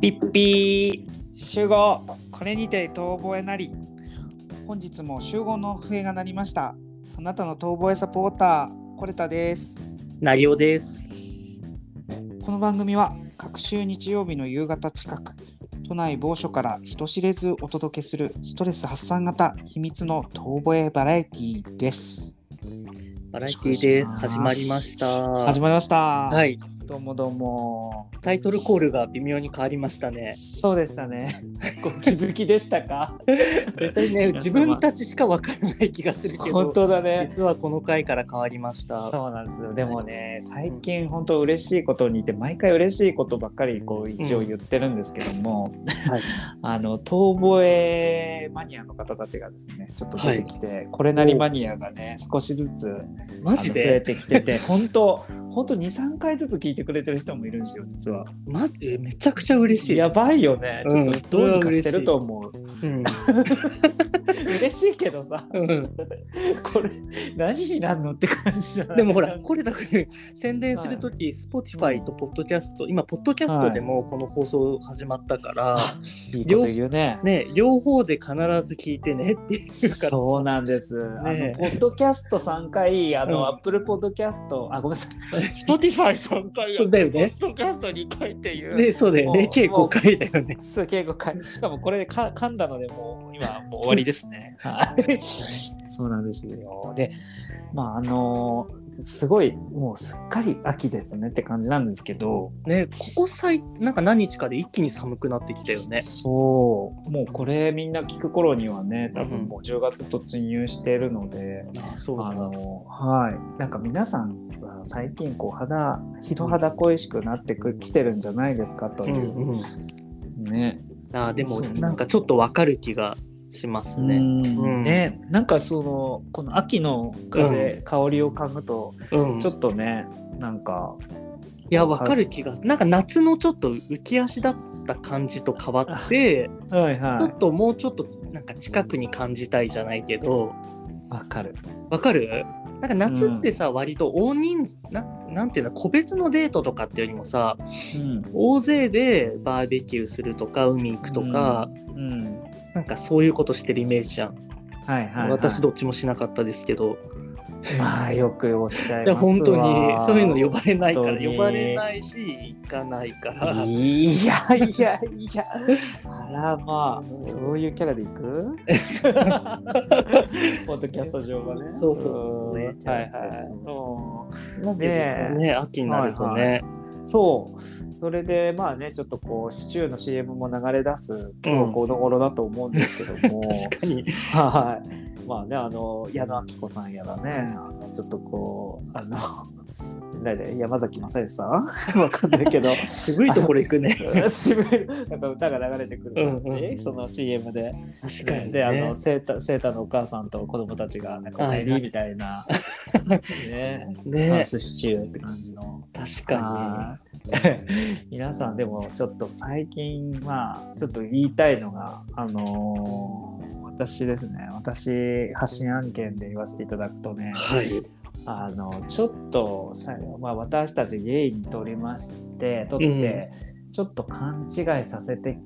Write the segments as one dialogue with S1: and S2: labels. S1: ピッピー集合これにて遠吠えなり本日も集合の笛が鳴りましたあなたの遠吠えサポーターコレタです
S2: なりおです。
S1: この番組は各週日曜日の夕方近く都内某所から人知れずお届けするストレス発散型秘密の遠吠えバラエティーです
S2: バラエティです。
S1: よろし
S2: 始
S1: くお願
S2: ま
S1: いし
S2: り
S1: ま
S2: ますした。
S1: 始まりました、
S2: はい。
S1: どうもどうも
S2: タイトルコールが微妙に変わりましたね。
S1: そうでしたね ご気づきでしたか
S2: 絶対ね、自分たちしかわからない気がするけ
S1: 本
S2: ど、
S1: 当だね
S2: 実はこの回から変わりました。
S1: そうなんですよでもね最近本当嬉しいことにって毎回嬉しいことばっかりこう一応言ってるんですけども、
S2: はい
S1: あの遠吠えマニアの方たちがですねちょっと出てきて、これなりマニアがね少しずつあ
S2: マ
S1: の
S2: ジ
S1: 増え
S2: で
S1: てきてて本当本当23回ずつ聞いてくれてる人もいるんですよ実は
S2: マジめちゃくちゃ嬉しい。
S1: やばいよねちょっ
S2: うん
S1: とどうにかしてると思う、
S2: うん。
S1: 嬉しいけどさ
S2: うん
S1: これ何になるのって感じじゃない
S2: でもほら、これだけ宣伝するとき、Spotify と Podcast、今、Podcast でもこの放送始まったから、
S1: いいこと言うね
S2: ね、両方で必ず聞いてねっていうから。
S1: そうなんです。あの
S2: ねえ
S1: ポッドキャスト3回、あ
S2: う
S1: の、
S2: ん
S1: アップルポッドキャスト、あ、ごめんな さい、スポティファイ3回
S2: そうだよね
S1: ポッドキャスト2回っていう。
S2: ね、そうだよ
S1: も
S2: ね。
S1: う
S2: 計5回だよね。
S1: そう、結構か、しかもこれでか噛んだので、もう今、もう終わりです ね。はい。そうなんですよ。で、まあ、あのすごい、もうすっかり秋ですねって感じなんですけど、
S2: ね、ここ最なんか何日かで一気に寒くなってきたよね。
S1: そう、もうこれみんな聞く頃にはね、多分もう10月突入してるので、
S2: あそう
S1: あのはいなんか皆さんさ最近こう肌人肌恋しくなってく来てるんじゃないですかと
S2: う
S1: い
S2: ん
S1: う、
S2: うん。
S1: ね
S2: あでも
S1: そう
S2: なんかちょっとわかる気がしますね。
S1: うん
S2: ん
S1: ねなんかそのこの秋の風、香りを嗅ぐと
S2: うん。
S1: ちょっとねなんか
S2: いやわかる気がなんか夏のちょっと浮き足だった感じと変わって、
S1: はい
S2: ちょ
S1: は
S2: っともうちょっとなんか近くに感じたいじゃないけど、
S1: いわかる
S2: わかる？なんか夏ってさ、割と大人数ななんていうの個別のデートとかってよりもさ
S1: うん
S2: 大勢でバーベキューするとか海行くとか、
S1: うん
S2: なんかそういうことしてるイメージじゃん。
S1: はいはい、はい、
S2: 私どっちもしなかったですけど、
S1: まあよくおっしゃい
S2: で
S1: ますわ
S2: 本当にそういうの呼ばれないか
S1: 本
S2: ら
S1: 当に
S2: 呼ばれないし行かないから
S1: いやいやいやあらまあそういうキャラでい くポッドキャスト上はね
S2: そうそうそうそう
S1: はいは
S2: はい
S1: ねえ
S2: ね秋になるとね、
S1: いそうそれでまあねちょっとこうシチューの CM も流れ出す今日この頃だと思うんです けども
S2: 確かに
S1: はいまあねあの矢野明子さんやらねあのちょっとこうあの 誰だ山崎正義さん わかんないけど
S2: 渋いところ行く ね
S1: 渋いなんか歌が流れてくる感じ、
S2: うんうんうん
S1: その CM で。
S2: 確かに、ね、
S1: であのセータセータのお母さんと子供たちがなんかお
S2: は
S1: 帰
S2: い
S1: りみたい な、ね、ハウ
S2: ね
S1: スシチューって感じの。
S2: 確か
S1: あ ー皆さんでもちょっと最近まあちょっと言いたいのがあのー私ですね私発信案件で言わせていただくとね
S2: にはい
S1: あのちょっとさ、まあ、私たちゲイにとりましてとって、ちょっと勘違いさせて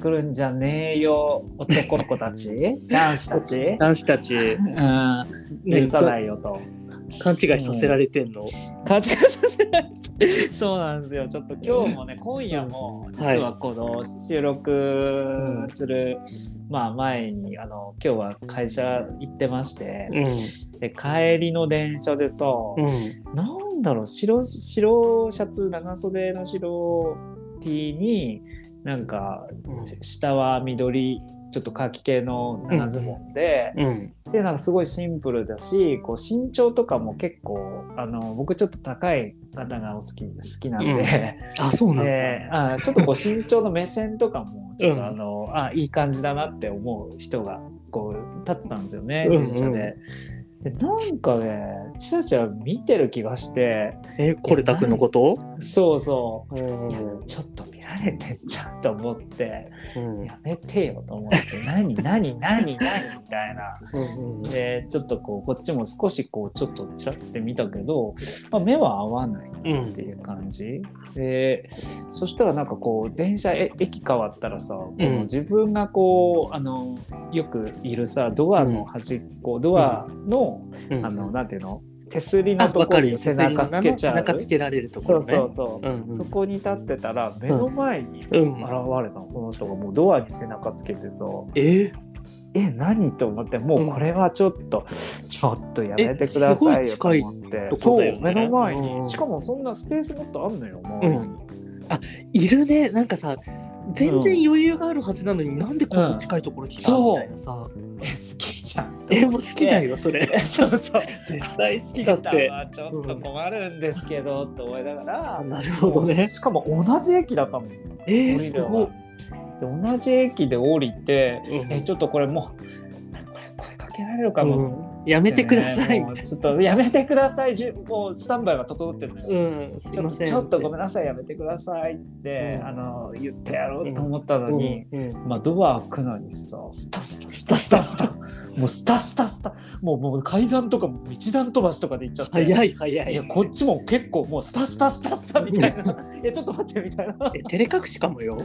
S1: くるんじゃねえよ男の子た ち男子たち、
S2: 男子た ち、
S1: うん、許さないよと
S2: 勘違いさせられてんの、
S1: 勘違いさせない そうなんですよちょっと今日もね今夜も実
S2: はい
S1: はこの収録する、まあ前にあの今日は会社行ってまして、
S2: うん
S1: で帰りの電車でさ、
S2: うん
S1: なんだろう白白シャツ長袖の白 T になんかし下は緑ちょっとkhaki系の長ズボンで、
S2: うん
S1: でなんかすごいシンプルだしこう身長とかも結構あの僕ちょっと高い方がお好き好きなんで,、
S2: あそうなんだ、
S1: であちょっとこう身長の目線とかもちょっとあの、あいい感じだなって思う人がこう立ってたんですよね
S2: うんうん
S1: 電車で。でなんかねチラチラ見てる気がして。
S2: えこれたくんのこと、
S1: そうそう。
S2: うん
S1: ちょっと見られてんじゃんと思って、
S2: うんうん
S1: やめてよと思って、何、何、何、何みたいな。で、ちょっとこう、こっちも少しこう、ちょっとちらって見たけど、まあ、目は合わない。
S2: うんう
S1: っ
S2: ん
S1: ていう感じでそしたらなんかこう電車え駅変わったらさ、この自分がこうあのよくいるさドアの端っこ、ドアの,、
S2: うん
S1: あのなんていうの手すり
S2: あ
S1: のと
S2: わ
S1: こ
S2: か
S1: ろ
S2: るよ
S1: に背中つけちゃう
S2: 背中つけられるとこ
S1: そ
S2: ろ
S1: う
S2: ね
S1: そうそう、
S2: うんうん
S1: そこに立ってたら目の前に現
S2: うん
S1: れたのその人がもうドアに背中つけてさ
S2: え
S1: え何と思ってもうこれはちょっと、ちょっとやめてくださいよと思って
S2: えす
S1: そう
S2: ごい近いとこだよね
S1: 目の前に、
S2: うん
S1: しかもそんなスペースもっとあんのよもう、
S2: うんいるねなんかさ全然余裕があるはずなのに、なんでこんな近いところ来た、
S1: うん
S2: みたいなさ
S1: え好きじゃん
S2: えもう好きだよそれ
S1: そうそう
S2: 絶対好きだって
S1: はちょっと困るんですけど、と思いなが
S2: あ
S1: ら
S2: なるほどね
S1: しかも同じ駅だったもん
S2: え
S1: 降
S2: ー、
S1: り
S2: す
S1: る
S2: ご
S1: の
S2: い
S1: が、で同じ駅で降りて
S2: うん
S1: えちょっとこれもうこれ声かけられるかも、
S2: うんやめてください
S1: ねもうちょっとやめてくださいじゅもうスタンバイが整ってるのよ、
S2: うんす
S1: ち
S2: い
S1: ょ
S2: ま
S1: っ
S2: せ
S1: と
S2: ん
S1: ちょっとごめんなさいやめてくださいって、
S2: うん
S1: あの言ってやろうと思ったのに、
S2: うんうん
S1: まあ、ドア開くのにさスタスタスタスタスタもうスタスタスタもうもう階段とかも道段飛ばしとかで行っちゃって
S2: 早い早い
S1: いやこっちも結構もうスタスタスタスタみたいな「いやちょっと待って」みたいな
S2: え照れ隠しかもよ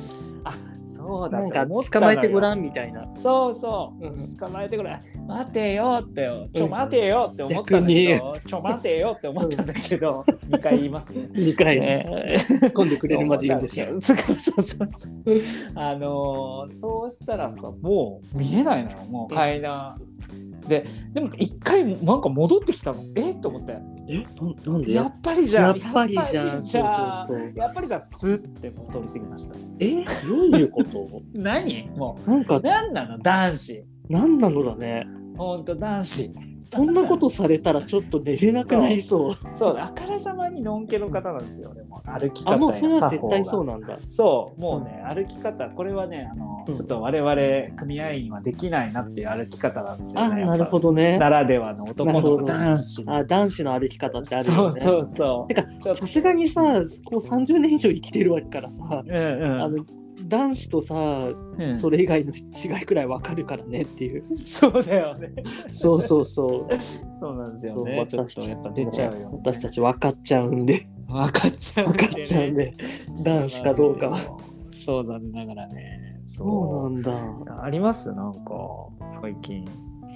S1: そう
S2: なん
S1: と
S2: か
S1: 思っ
S2: 捕
S1: たの
S2: ま
S1: よ
S2: えてごらんみたいな
S1: そうそう、
S2: うん
S1: 捕まえてくれ待てよってよちょ待てよって思ったんだけど、ちょ待てよって思ったんだけど、二2回言いますね
S2: 2回ね
S1: え
S2: 突っ込んでくれるまで言うんですよ
S1: そうそうそうそう。あのーそうしたらさもう見えないのよもう階段。ででも一回なんか戻ってきたのえっと思って
S2: えななんで
S1: や
S2: や
S1: っぱりじゃん
S2: っぱりじ
S1: やっぱ
S2: ゃ
S1: り
S2: ん
S1: じゃん
S2: そうそうそう
S1: やっぱりじゃんスーってもう通り過ぎました。
S2: えどういうこと
S1: 何も
S2: なん
S1: う
S2: か
S1: 何なの男子
S2: 何なのだね
S1: ほんと男子
S2: そんなことされたらちょっと寝れなくなりそう
S1: そうあからさまにのんけの方なんですよでも歩き方
S2: あもうそ
S1: や
S2: れは
S1: 作
S2: 絶
S1: 法
S2: 対
S1: が
S2: そうなんだ
S1: そう、もうね、歩き方、これはね、あの、
S2: うん
S1: ちょっと我々組合員はできないなっていう歩き方なんです
S2: あ
S1: よね。
S2: なるほ
S1: ど。
S2: どね
S1: ならではの男
S2: なる
S1: の
S2: ほ
S1: 子
S2: ど
S1: 男子の。
S2: あ男子の歩き方ってあるよね
S1: そうそうそう。
S2: てか
S1: ちょっと
S2: さすがにさこう30年以上生きてるわけからさ
S1: うんうん
S2: あの男子とさ、
S1: うん
S2: それ以外の違いくらいわかるからねっていう
S1: そうだよね。
S2: そうそうそう
S1: そうなんですよね。ち
S2: そう
S1: ょっ
S2: 私
S1: とやっぱ出ちゃうよ、ね。
S2: 私たち分かっちゃうんで
S1: 分かっちゃうん
S2: 分
S1: でね、
S2: かっちゃうんで男子かどうかは
S1: そうなんですよ。そう残念ながらね。そ
S2: そうなんだ
S1: ありますなんか最近。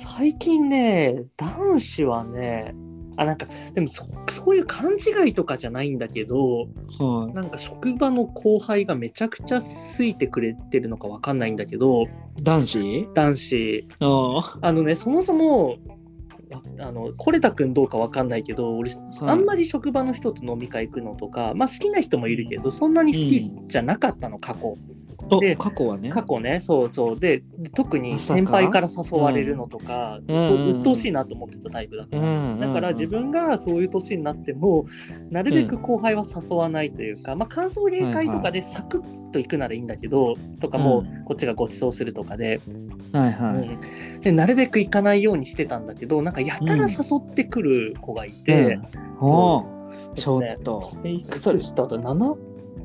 S2: 最近ね男子はねあなんかでもそそういう勘違いとかじゃないんだけど
S1: は
S2: なんか職場の後輩がめちゃくちゃ好いてくれてるのかわかんないんだけど
S1: い。男子？
S2: 男子
S1: あ
S2: あのねそもそもああのコレタ君どうかわかんないけど俺
S1: あ
S2: あんまり職場の人と飲み会行くのとか、まあ、好きな人もいるけどそんなに好きじゃなかったの過去
S1: と
S2: で
S1: 過去はね。
S2: 過去ねそうそうで特に
S1: まさか
S2: 先輩から誘われるのとかう
S1: うんうんうん
S2: っとうしいなと思ってたタイプだか
S1: う
S2: ら、
S1: ん。
S2: だから自分がそういう年になってもなるべく後輩は誘わないというか、まあ、感想例会とかでサクッと行くならいいんだけど、とかもうこっちがご馳走するとかで,、
S1: はいはい。
S2: うんでなるべく行かないようにしてたんだけどなんかやたら誘ってくる子がいて。
S1: うん、おおちょ
S2: そう
S1: っと、
S2: え、いくつしたんだ ?7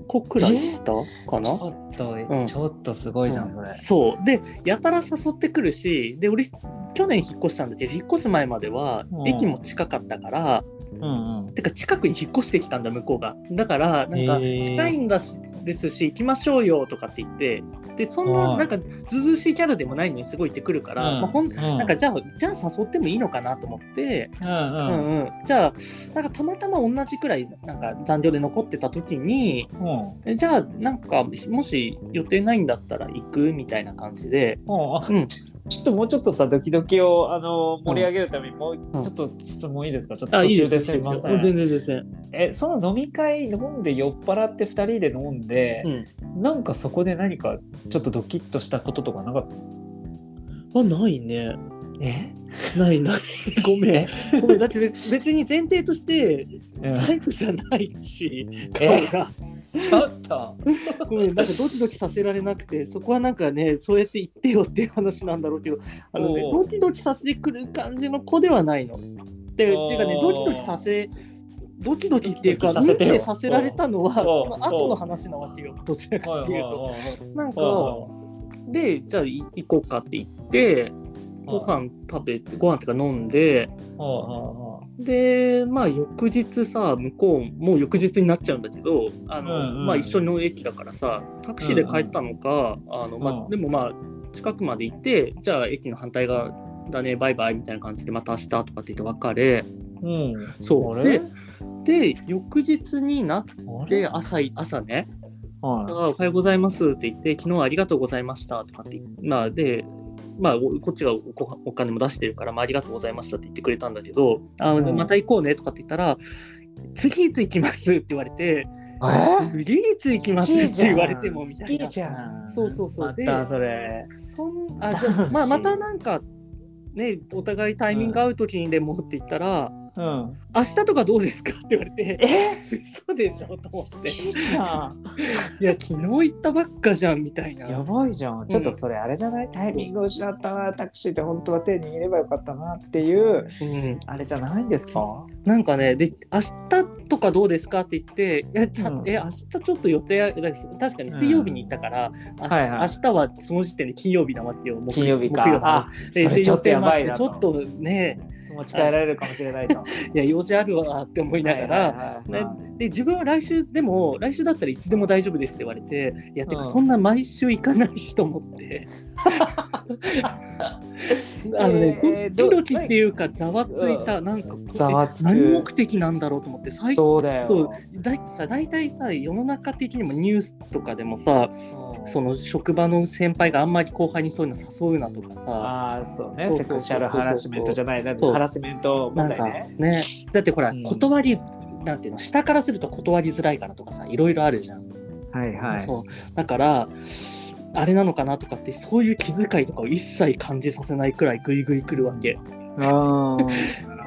S2: 個くらいした
S1: ち
S2: かな
S1: ょっと、
S2: ん
S1: ちょっとすごいじゃん、それ。
S2: そう。で、やたら誘ってくるし、で、俺、去年引っ越したんだけど、引っ越す前までは
S1: う、ん
S2: 駅も近かったから、
S1: うんうん。
S2: てか、近くに引っ越してきたんだ、向こうが。だから、なんか、
S1: へー
S2: 近いんだし、ですし、行きましょうよとかって言って、で、そん
S1: は
S2: な、
S1: い
S2: なんか、ずうずうしいキャラでもないのに、すごい行ってくるから、まあ、ほん
S1: な
S2: なんか、じゃあ、じゃあ誘ってもいいのかなと思って、
S1: うんう。
S2: うんんうん、じゃあなんかたまたま同じくらいなんか残業で残ってた時に
S1: うん。
S2: えじゃあなんかもし予定ないんだったら行くみたいな感じで、
S1: うんあ
S2: うん、
S1: ちょっともうちょっとさ、ドキドキを、あの、盛り上げるために、もう、ちょっと質問いいですかちょっと途中ですいませ
S2: 全
S1: ん。
S2: 然全然、
S1: え、その飲み会飲んで酔っ払って二人で飲んで、なんかそこで何かちょっとドキッとしたこととかなかった
S2: うん、あないね
S1: え
S2: ないないごめんご めんだって別別に前提としてタイプじゃないし顔
S1: え
S2: が
S1: ちょっ と。
S2: ごめんなんかドキドキさせられなくてそこはなんかねそうやって言ってよっていう話なんだろうけどあの、ね
S1: お、う
S2: ドキドキさせてくる感じの子ではないの。でていうかね
S1: おう
S2: ドキドキさせドキドキっていうか、
S1: ドキドキさせてよ
S2: ムンチさせられたのは、
S1: うん
S2: その後の話なわけよ、どちらかっていうと。なんか、で、じゃあい行こうかって言って、ご飯食べて、ご飯っていうか飲んで、で、まあ翌日さ、向こう、もう翌日になっちゃうんだけど、あの、
S1: うんうん
S2: まあ一緒の駅だからさ、タクシーで帰ったのか、あの、ま
S1: う
S2: あ
S1: ん
S2: でもまあ近くまで行って、じゃあ駅の反対側だね、バイバイみたいな感じでまた明日とかって言って別れ、
S1: うん。
S2: そ
S1: あ
S2: う。
S1: れ
S2: で、で、翌日になっ
S1: あれ
S2: て、朝い、朝ね、さ
S1: は
S2: あおはようございますって言って、昨日はありがとうございましたとかって言って、まあ、で、まあ、おこっちがおこお金も出してるから、まあ、ありがとうございましたって言ってくれたんだけど、あ
S1: うん
S2: また行こうねとかって言ったら、次いつ行きますって言われて、
S1: い。え
S2: 次いつ行きますって言われてもみたいな。
S1: 好きじゃん。
S2: そうそうそう
S1: ま
S2: で
S1: たそれ。
S2: そんあじゃ
S1: 男子
S2: まあ、またなんか、ね、お互いタイミング合うときにでもって言ったら、
S1: うん。
S2: 明日とかどうですかって言われて、
S1: え
S2: 嘘でしょと思
S1: 好
S2: って、い
S1: きじゃん。
S2: や、昨日行ったばっかじゃんみたいな。
S1: やばいじゃん。ちょっとそれあれじゃないタイミングを失ったな。タクシーで本当は手握ればよかったなっていう、
S2: うん
S1: あれじゃないんですか
S2: なんかね、で明日とかどうですかって言って、いやちゃ
S1: うん
S2: え明日ちょっと予定あだから確かに水曜日に行ったから、明日
S1: はいはい
S2: 明日はその時点で金曜日なわけよ、木
S1: 金曜日か
S2: 木曜。だ
S1: あ、それちょっとやばいな
S2: ちょっとね、
S1: 持ち帰られるかもしれないと。
S2: いや、用事あるわって思いながら、
S1: はいはいはい
S2: で自分は来週でも、来週だったらいつでも大丈夫ですって言われて、いや、て
S1: うん
S2: かそんな毎週行かないしと思って。 あのね、
S1: えー
S2: ド
S1: ど
S2: キドキっていうか、ざわついた、
S1: うん
S2: なんかこう、
S1: ざわつく
S2: 何目的なんだろうと思って、最
S1: そうだよ。
S2: そうだいさ大体さ世の中的にもニュースとかでもさ
S1: うん
S2: その職場の先輩があんまり後輩にそういうの誘うなとかさ
S1: ああ、そうね。
S2: そうそ
S1: セ
S2: うそうそう
S1: クシャルハラスメントじゃない。なんて
S2: そう
S1: ハラスメント
S2: な
S1: 問題
S2: んか
S1: ね。
S2: ねだってほら、
S1: うん
S2: 断りなんていうの下からすると断りづらいからとかさいろいろあるじゃん、
S1: はいはい。
S2: そうだからあれなのかなとかってそういう気遣いとかを一切感じさせないくらいグイグイ来るわけ
S1: あー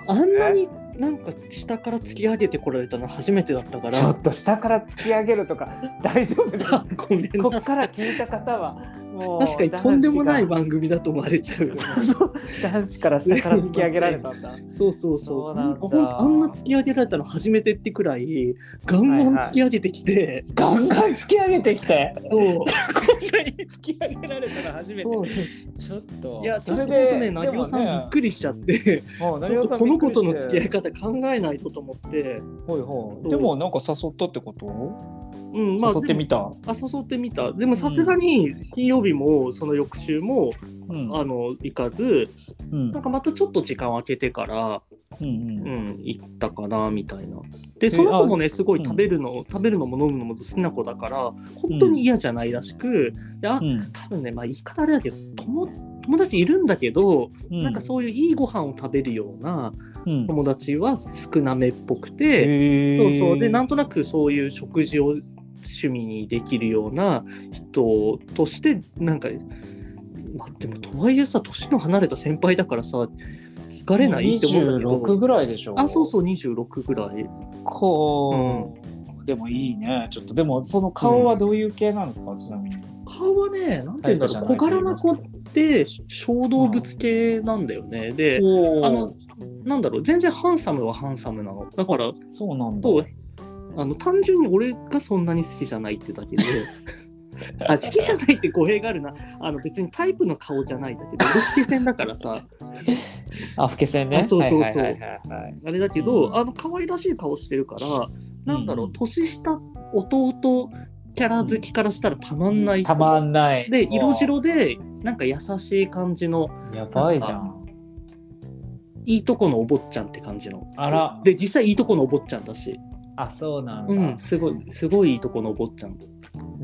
S2: あんなになんか下から突き上げてこられたの初めてだったから
S1: ちょっと下から突き上げるとか大丈夫です か
S2: ごめん
S1: こ
S2: な
S1: っから聞いた方はもう
S2: 確かにとんでもない番組だと思われちゃうよね
S1: 男子がそう男子から下から突き上げられたん だ。
S2: そうそうそう。
S1: そうなんだ
S2: ほとあんな突き上げられたの初めてってくらい、ガンガン突き上げてきて、
S1: ガンガン突き上げてきて
S2: そう
S1: こんなに突き上げられたの初めて
S2: そう。
S1: ちょっと
S2: いや、ちょっと
S1: それで
S2: ね、なぎおさんびっくりしちゃって、
S1: りもう
S2: ちょっとこの子との付き合い
S1: 方
S2: 方考えないとと思って、
S1: ほいほ
S2: そう
S1: いでもなんか誘ったってこと
S2: うん、まあ、
S1: 誘ってみた
S2: でもあ誘ってみた。でもさすがに金曜日も、その翌週も、
S1: うん
S2: あの、行かず、
S1: うん
S2: なんかまたちょっと時間を空けてから、
S1: うんうん
S2: うん、行ったかな、みたいな。で、その子もね、すごい食べるの、食べるのも飲むのも好きな子だから、本当に嫌じゃないらしく、であ
S1: うん
S2: 多分ね、まあ、言い方あれだけど友友達いるんだけど、
S1: うん
S2: なんかそういういいご飯を食べるような
S1: うん
S2: 友達は少なめっぽくて、
S1: へー
S2: そうそうでなんとなくそういう食事を趣味にできるような人としてなんか、まあ、でもとはいえさ年の離れた先輩だからさ疲れないって思うんだけ
S1: 26
S2: ど
S1: ぐらいでしょ
S2: あそうそう26ぐらい
S1: こう、でもいいねちょっとでもその顔はどういう系なんですか、ちなみに
S2: 顔はねなんていうんだろう
S1: タ
S2: 小
S1: イプじゃ
S2: 柄
S1: ない
S2: な
S1: と言い
S2: 子っ
S1: ます
S2: て小動物系なんだよね、で
S1: おー
S2: あの、なんだろう、全然ハンサムはハンサムなの。だから、
S1: そうなんだ
S2: そうあの単純に俺がそんなに好きじゃないってだけ で。あ好きじゃないって語弊があるなあの別にタイプの顔じゃないだけど俺視線だか らさ
S1: あふけ線ね
S2: あそうそうそう
S1: はいはいはいはいはい
S2: あれだけど、
S1: うん
S2: あの可愛らしい顔してるからなんだろう、
S1: うん
S2: 年下弟キャラ好きからしたらたまんない、
S1: たまんない
S2: で
S1: もう
S2: 色白でなんか優しい感じの
S1: やばいじゃん
S2: いいとこのお坊ちゃんって感じの
S1: あら
S2: で実際いいとこのお坊ちゃんだし
S1: あそうなんだ、
S2: うん、すごい、すごいいいとこのお坊ちゃん。
S1: へ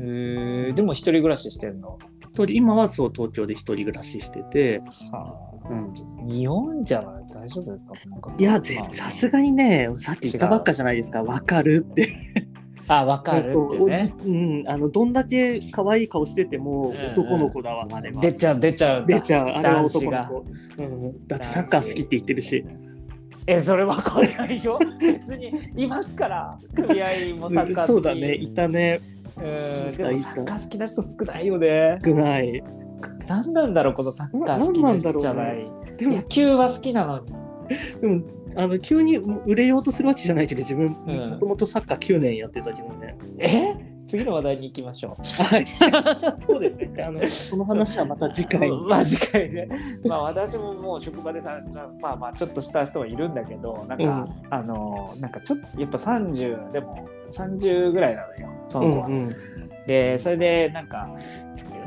S1: ーでも一人暮らししてんの
S2: と今はそう東京で一人暮らししてて、うん、
S1: 日本じゃない大丈夫ですかその方
S2: いや、ぜさすがにね、さっき言ったばっかじゃないですか、わかるって。
S1: あわかるっていうね
S2: そううん、あのどんだけ可愛い顔してて
S1: うん
S2: も
S1: うん
S2: 男の子だわ、あれは。
S1: 出ちゃう出ちゃう
S2: 出ちゃう、あれは
S1: 男
S2: 男
S1: 子が
S2: の子。うん、だってサッカー好きって言ってるし、
S1: えそれわかんない よ別にいますから組合もサッカー好き
S2: そうだね、いたね、
S1: うんで
S2: いたい
S1: も
S2: た
S1: サッカー好きな人少ないよね
S2: 少ない。
S1: 何なんだろうこのサッカー好きな人じゃない
S2: でも
S1: 野球は好きなのに
S2: でもあの急に売れようとするわけじゃないけど自分もともとサッカー9年やってたけどね。
S1: え次の話題に行きましょう。
S2: はい、 そうですね。あの、その話はまた次回。
S1: まあ、次回ね。まあ、私ももう職場でさ、まあ、まあ、ちょっとした人はいるんだけど、なんか、うん、あの、なんか、ちょっと、やっぱ三十でも、三十ぐらいなのよ。その子は。うんうん、で、それで、なんか、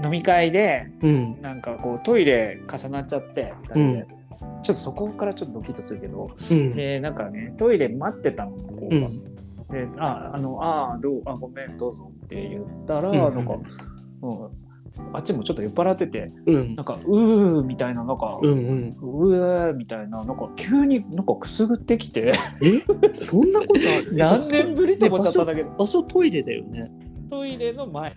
S1: 飲み会で、うん、なんか、こう、トイレ重なっちゃって。うん、ちょっとそこからちょっとドキッとするけど、うん、でなんかねトイレ待ってたのこう、うんで「ああのあどうあごめんどうぞ」って言ったら、うん、なんか、うん、あっちもちょっと酔っ払ってて、うん、なんか「うー」みたいななんか「うんうん、うー」みたいななんか急になんかくすぐってき て
S2: えそんなことある
S1: 何年ぶりって思っちゃったんだけど
S2: 場所トイレだよね
S1: トイレの前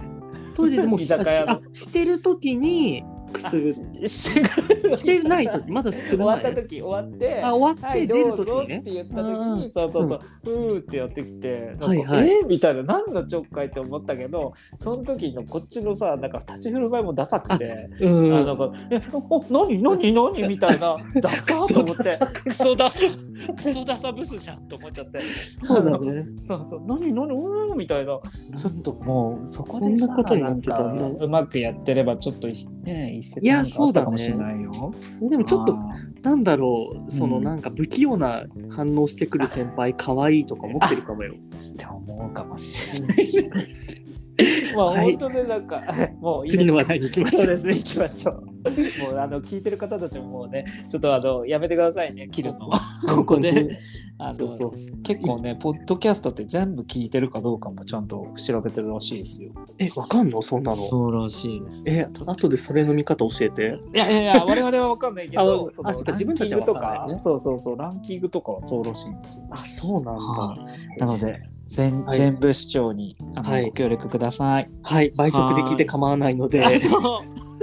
S2: トイレでも居酒屋してる時にくすぐしてない時まだ
S1: 終わった時終わって
S2: あ終わって出る時にね、はい、
S1: って言った時にそうそうそう、うん、うーってやってきてなんか、はいはい、えー、みたいな何のちょっかいって思ったけどその時のこっちのさなんか立ち振る舞いもダサくてあ、うん、あなんかえお何何何みたい なダサと思ってクソダサクソダサブスじゃんと思っちゃって
S2: そうだね
S1: そうそう何何うーみたいなちょっともうそこでさなんかうまくやってればちょっとね
S2: いやそうだ、
S1: ね、かもしれないよ。
S2: でもちょっとなんだろうそのなんか不器用な反応してくる先輩可愛、うん、いとか思ってるかもよ。
S1: って思うかもしれない。まあ、はい、本当ねなんか もういい
S2: 次の話題に行きましょう。
S1: そうですね行きましょう。 もうあの聞いてる方たちももうねちょっとあのやめてくださいね切るのここで、あのそうそう結構ねポッドキャストって全部聞いてるかどうかもちゃんと調べてるらしいですよ
S2: えわかんのそんなの
S1: そうらしいです
S2: え後でそれの見方教えて
S1: いやいやいや我々はわかんないけど
S2: ああそうか自分たちは
S1: とか、ね、そうそうそうランキングとかはそうらしいんですよ
S2: あそうなんだ、は
S1: あ、なので全,、全部視聴にあの、はい、ご協力ください
S2: はい倍速で聞いて構わないので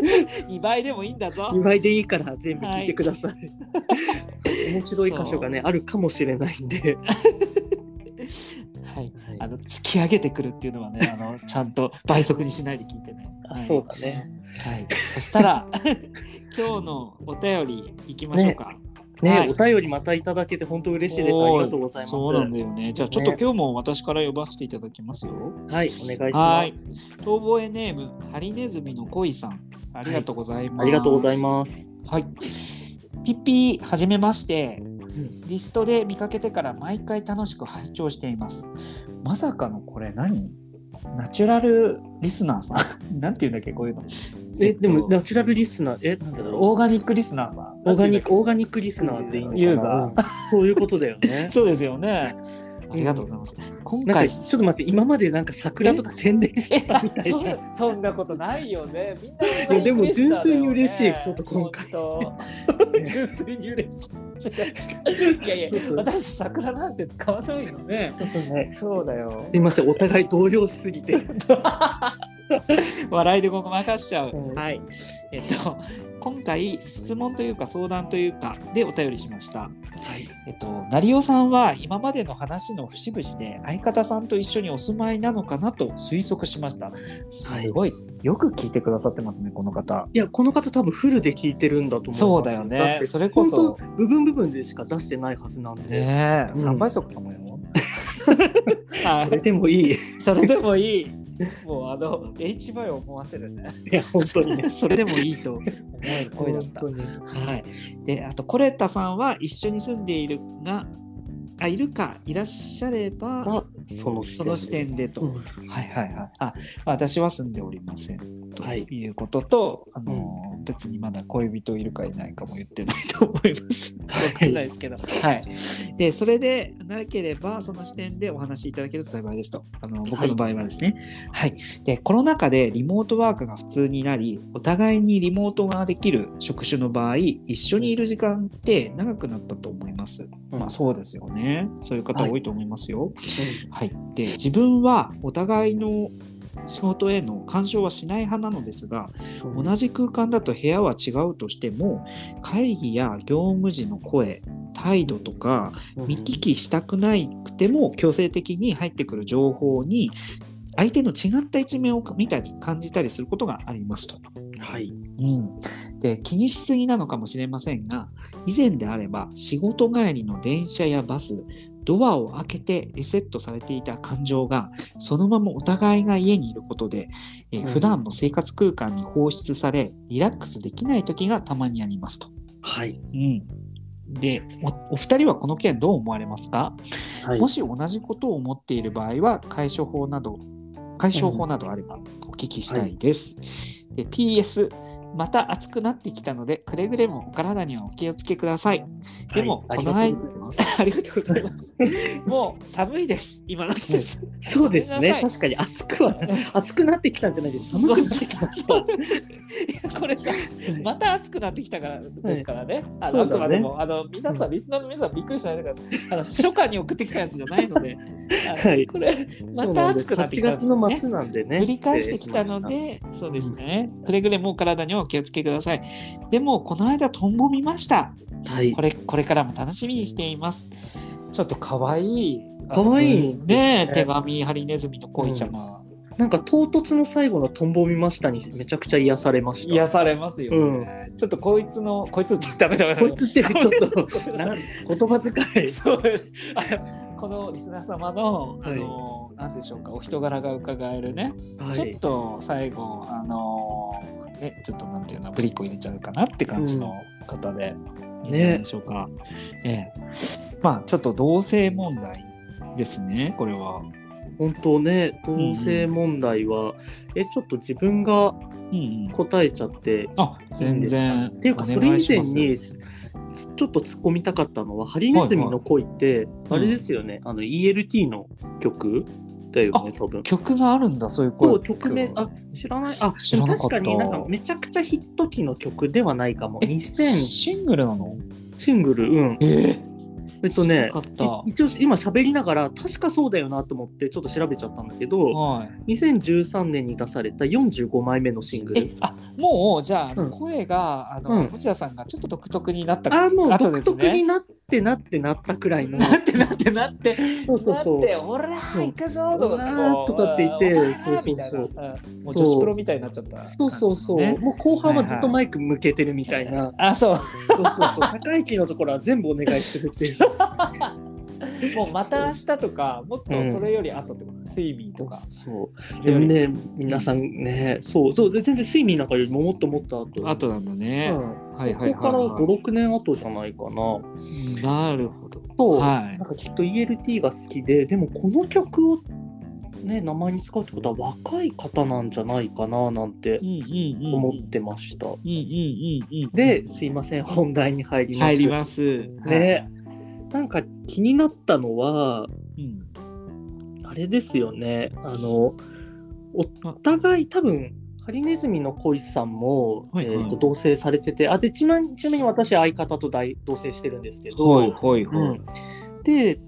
S1: 2倍でもいいんだぞ
S2: 2倍でいいから全部聞いてください、はい、面白い箇所がねあるかもしれないん で
S1: はい、はい、あの突き上げてくるっていうのはねあ のちゃんと倍速にしないで聞いてね、
S2: はい、そうだね
S1: はい、そしたら 今日のお便りいきましょうか、ね
S2: ね、はい、お便りまたいただけて本当嬉しいです。ありがとうございます。
S1: そうなんだよね。じゃあちょっと今日も私から呼ばせていただきますよ。
S2: ね、はい、お願いします。、
S1: 遠吠えネームハリネズミの恋さん、ありがとうございます、はい
S2: ありがとうございます。
S1: はい。ピッピーはじめまして。リストで見かけてから毎回楽しく拝聴しています。まさかのこれ何？ナチュラルリスナーさん なんていうんだっけこういうの。
S2: え、えっと、でもナチュラルリスナーえなんだろう
S1: オーガニックリスナーさん
S2: オーガニックオーガニックリスナーって
S1: ユーザー、
S2: そういうことだよね
S1: そうですよねありがとうございます。
S2: 今回ちょっと待って、今までなんか桜とか宣伝してたみ たい
S1: な。そんなことないよね。みん
S2: な、ね、でも純粋に嬉しい。ちょっと今回。
S1: 純粋に嬉しい。いやいや、私桜なんて使わないよね。ねそうだよ。
S2: すいません、お互い動揺しすぎて。
S1: 笑いでごまかしちゃう、うん、はいえっと今回質問というか相談というかでお便りしました、はい、えっと成尾さんは今までの話の節々で相方さんと一緒にお住まいなのかなと推測しましたすごい、はい、よく聞いてくださってますねこの方
S2: いやこの方多分フルで聞いてるんだと思う
S1: そうだよねそれこそ
S2: 部分部分でしか出してないはずなんで
S1: ねえ、うん、3倍速かもよ
S2: それでもいい
S1: それでもい いもうあの H バイを思わせるね。
S2: いや本当に、ね、
S1: それでもいいと思える声だった。はい。であとコレタさんは一緒に住んでいるが。あいるかいらっしゃればそのその視点でと、うん、はいはいはいあ私は住んでおりませんということと、はい、あの、うん、別にまだ恋人いるかいないかも言ってないと思いますわかんないですけどはいでそれでなければその視点でお話しいただけると幸いですとあの僕の場合はですねはい、はい、でコロナ禍でリモートワークが普通になりお互いにリモートができる職種の場合一緒にいる時間って長くなったと思います、うん、まあそうですよねそういう方多いと思いますよ。はい、はい、で自分はお互いの仕事への干渉はしない派なのですが、うん、同じ空間だと部屋は違うとしても会議や業務時の声態度とか見聞きしたくなくても強制的に入ってくる情報に相手の違った一面を見たり感じたりすることがありますと。
S2: はい
S1: うん、で気にしすぎなのかもしれませんが以前であれば仕事帰りの電車やバスドアを開けてリセットされていた感情がそのままお互いが家にいることで、えー、普段の生活空間に放出され、リラックスできない時がたまにありますと。
S2: はい、
S1: うん、でお二人はこの件どう思われますか、はい、もし同じことを思っている場合は解消法など解消法などあればお聞きしたいです。うんはい、で PS また暑くなってきたので、くれぐれもお体にはお気をつけください。でも、はい、この間、ありがとうございます。 もう寒いです、今の季節。
S2: そうですね、確かに暑くは、暑くなってきたんじゃないです寒くなってき た。
S1: これさ、また暑くなってきたからですからね。あの、あくまでも、あの、皆さん、リスナーの皆さん、びっくりしないでください。あの、初夏に送ってきたやつじゃないので、はい、これ、また暑くなってきた、
S2: ね。の末なんでね。
S1: 繰り返してきたので、そうですね。くれぐれも体にはお気をつけください。でも、この間、トンボ見ました。はい、これ、これからも楽しみにしています。ちょっと可愛い。
S2: 可愛い
S1: ね。手紙ハリネズミの恋ちゃま。
S2: なんか唐突の最後のトンボを見ましたにめちゃくちゃ癒されました。
S1: 癒されますよ、ちょっとこいつのこいつダメだ
S2: こい つってちょっと言葉遣い。そう
S1: このリスナー様の、あのなんでしょうかお人柄が伺えるね。ちょっと最後あのねちょっとなんていうのブリッコ入れちゃうかなって感じの方で。ね、でしょうか。ね、ええ、まあちょっと同性問題ですね、これは。
S2: 本当ね、同性問題は、うん、え、ちょっと自分が答えちゃって、うん、
S1: あ全然。
S2: っていうか、それ以前に、ちょっと突っ込みたかったのは、ハリネズミの恋って、あれですよね、うん、あの ELT の曲だよね、多分。
S1: 曲があるんだ、そういう声。
S2: 曲名、あ、知らない。あ、知らなか確かになんかめちゃくちゃヒット期の曲ではないかも。2000
S1: シングルなの
S2: シングル、うん。
S1: えー、
S2: えっとね、一応今喋りながら確かそうだよなと思ってちょっと調べちゃったんだけど、はい、2013年に出された45枚目のシングル
S1: あもうじゃあ、声があの、持田さんがちょっと独特になった
S2: あもう独特になってなってなったくらい の
S1: なってなってなって
S2: そうそうそう
S1: なって「おら行くぞ」と
S2: かとかって言って
S1: そうそうそうもう女子プロみたいになっちゃった
S2: そうそうそうもう後半はずっとマイク向けてるみたいな、
S1: あそう
S2: そうそうそう高い木のところは全部お願いしてるって いう
S1: もうまた明日とかもっとそれより後ってこと、うん、スイミーとか
S2: そうでもね皆さんねそうそう全然スイミーなんかよりももっともっと後
S1: 後なんだね、
S2: はいはいここから56年後じゃないか
S1: な、なるほど
S2: と、はい、なんかきっと ELT が好きででもこの曲をね名前に使うってことは若い方なんじゃないかななんて思ってました、ですいません本題に入ります
S1: 入ります
S2: ね、はいなんか気になったのは、うん、あれですよね、あの、お互い多分、ハリネズミの恋さんも、はいはい、えーと、と同棲されてて、あでちなちなみに私、相方と大同棲してるんですけど、
S1: はいはいはい、うん、
S2: で、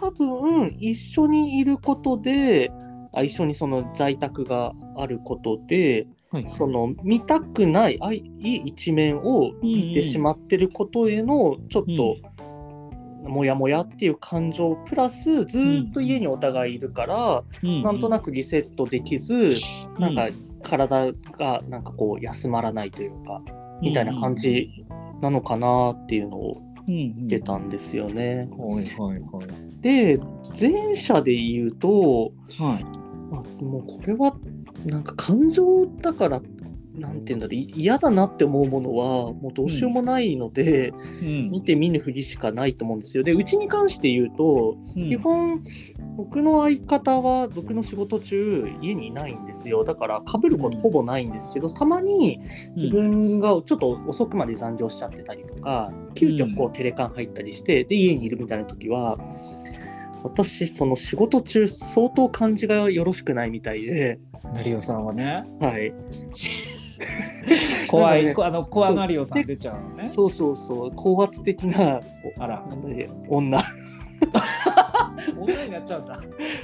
S2: 多分、一緒にいることで、あ一緒にその在宅があることで、はいはい、その見たくないあいい一面を見てしまってることへのちょっと、うんうんモヤモヤっていう感情プラスずっと家にお互いいるから、うん、なんとなくリセットできず、うん、なんか体がなんかこう休まらないというか、うん、みたいな感じなのかなっていうのを出たんですよね。で前者で言うと、
S1: はい、
S2: まあ、もうこれはなんか感情だからなんて言うんだろう嫌だなって思うものはもうどうしようもないので、うんうん、見て見ぬふりしかないと思うんですよ。でうちに関して言うと、うん、基本僕の相方は僕の仕事中家にいないんですよだからかぶることほぼないんですけどたまに自分がちょっと遅くまで残業しちゃってたりとか急遽こうテレカン入ったりしてで家にいるみたいな時は。私その仕事中相当感じがよろしくないみたいで
S1: 成尾さんはね
S2: はい
S1: 怖い、ね、あの怖がりおさん出ちゃうのね
S2: そうそうそう高圧的な
S1: あら
S2: 女
S1: 女になっちゃ うんだ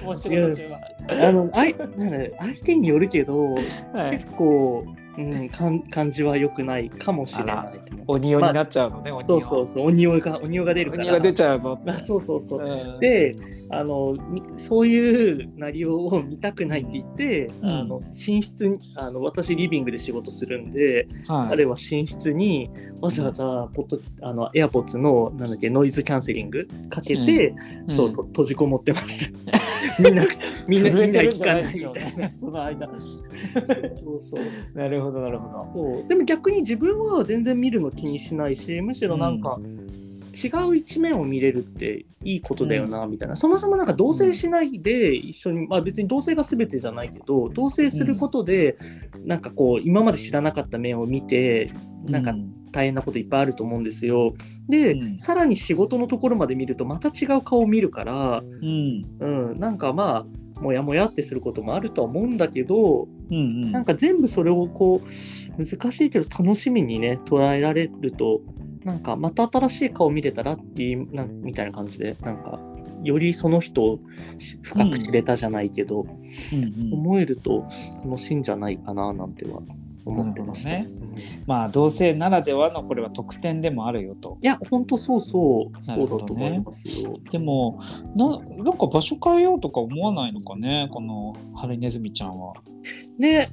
S1: もう仕事中は
S2: あのあい相手によるけど、はい、結構うん、かん感じは良くないかもしれないって思う
S1: お庭になっちゃうのね、お
S2: そう
S1: 庭。
S2: そうそう、お匂いが、お匂いが出る
S1: お
S2: から。
S1: 庭出ちゃうぞ。
S2: あそうそうそう。
S1: うん
S2: で、あの、みそういうなりを見たくないって言って、
S1: うん
S2: あの寝室にあの、私リビングで仕事するんで、
S1: はい
S2: 彼は寝室にわざわざポッドあの AirPods のなんだっけノイズキャンセリングかけて、
S1: うん
S2: そうと閉じこもって ます。みんなみんな
S1: 震え
S2: みんな
S1: てるん
S2: 聞
S1: じゃ
S2: か
S1: な
S2: ないい
S1: でしょうね。その間。
S2: そうそう
S1: なるほど、なるほど。
S2: そうでも逆に自分は全然見るの気にしないしむしろなんか違う一面を見れるっていいことだよなみたいな、そもそもなんか同棲しないで一緒に、まあ、別に同棲が全てじゃないけど同棲することでなんかこう今まで知らなかった面を見てなん
S1: う
S2: か大変なこといっぱいあると思うんですよ。で、
S1: うん
S2: さらに仕事のところまで見るとまた違う顔を見るから、
S1: うん。
S2: うん、なんかまあもやもやってすることもあるとは思うんだけど
S1: うん。
S2: なんか全部それをこう難しいけど楽しみにね捉えられるとなんかまた新しい顔見れたらっていうなんみたいな感じでなんかよりその人をし深く知れたじゃないけど、
S1: うんうん
S2: 思えると楽しいんじゃないかななんては思ってました。
S1: なるほ
S2: うん
S1: まあ、同性ならではのこれは特典でもあるよと。
S2: いや、本当そうそう、
S1: な
S2: そう
S1: る
S2: だと
S1: ほどね
S2: 思いますよ。
S1: でもな、なんか場所変えようとか思わないのかね、このハリネズミちゃんは。
S2: ね、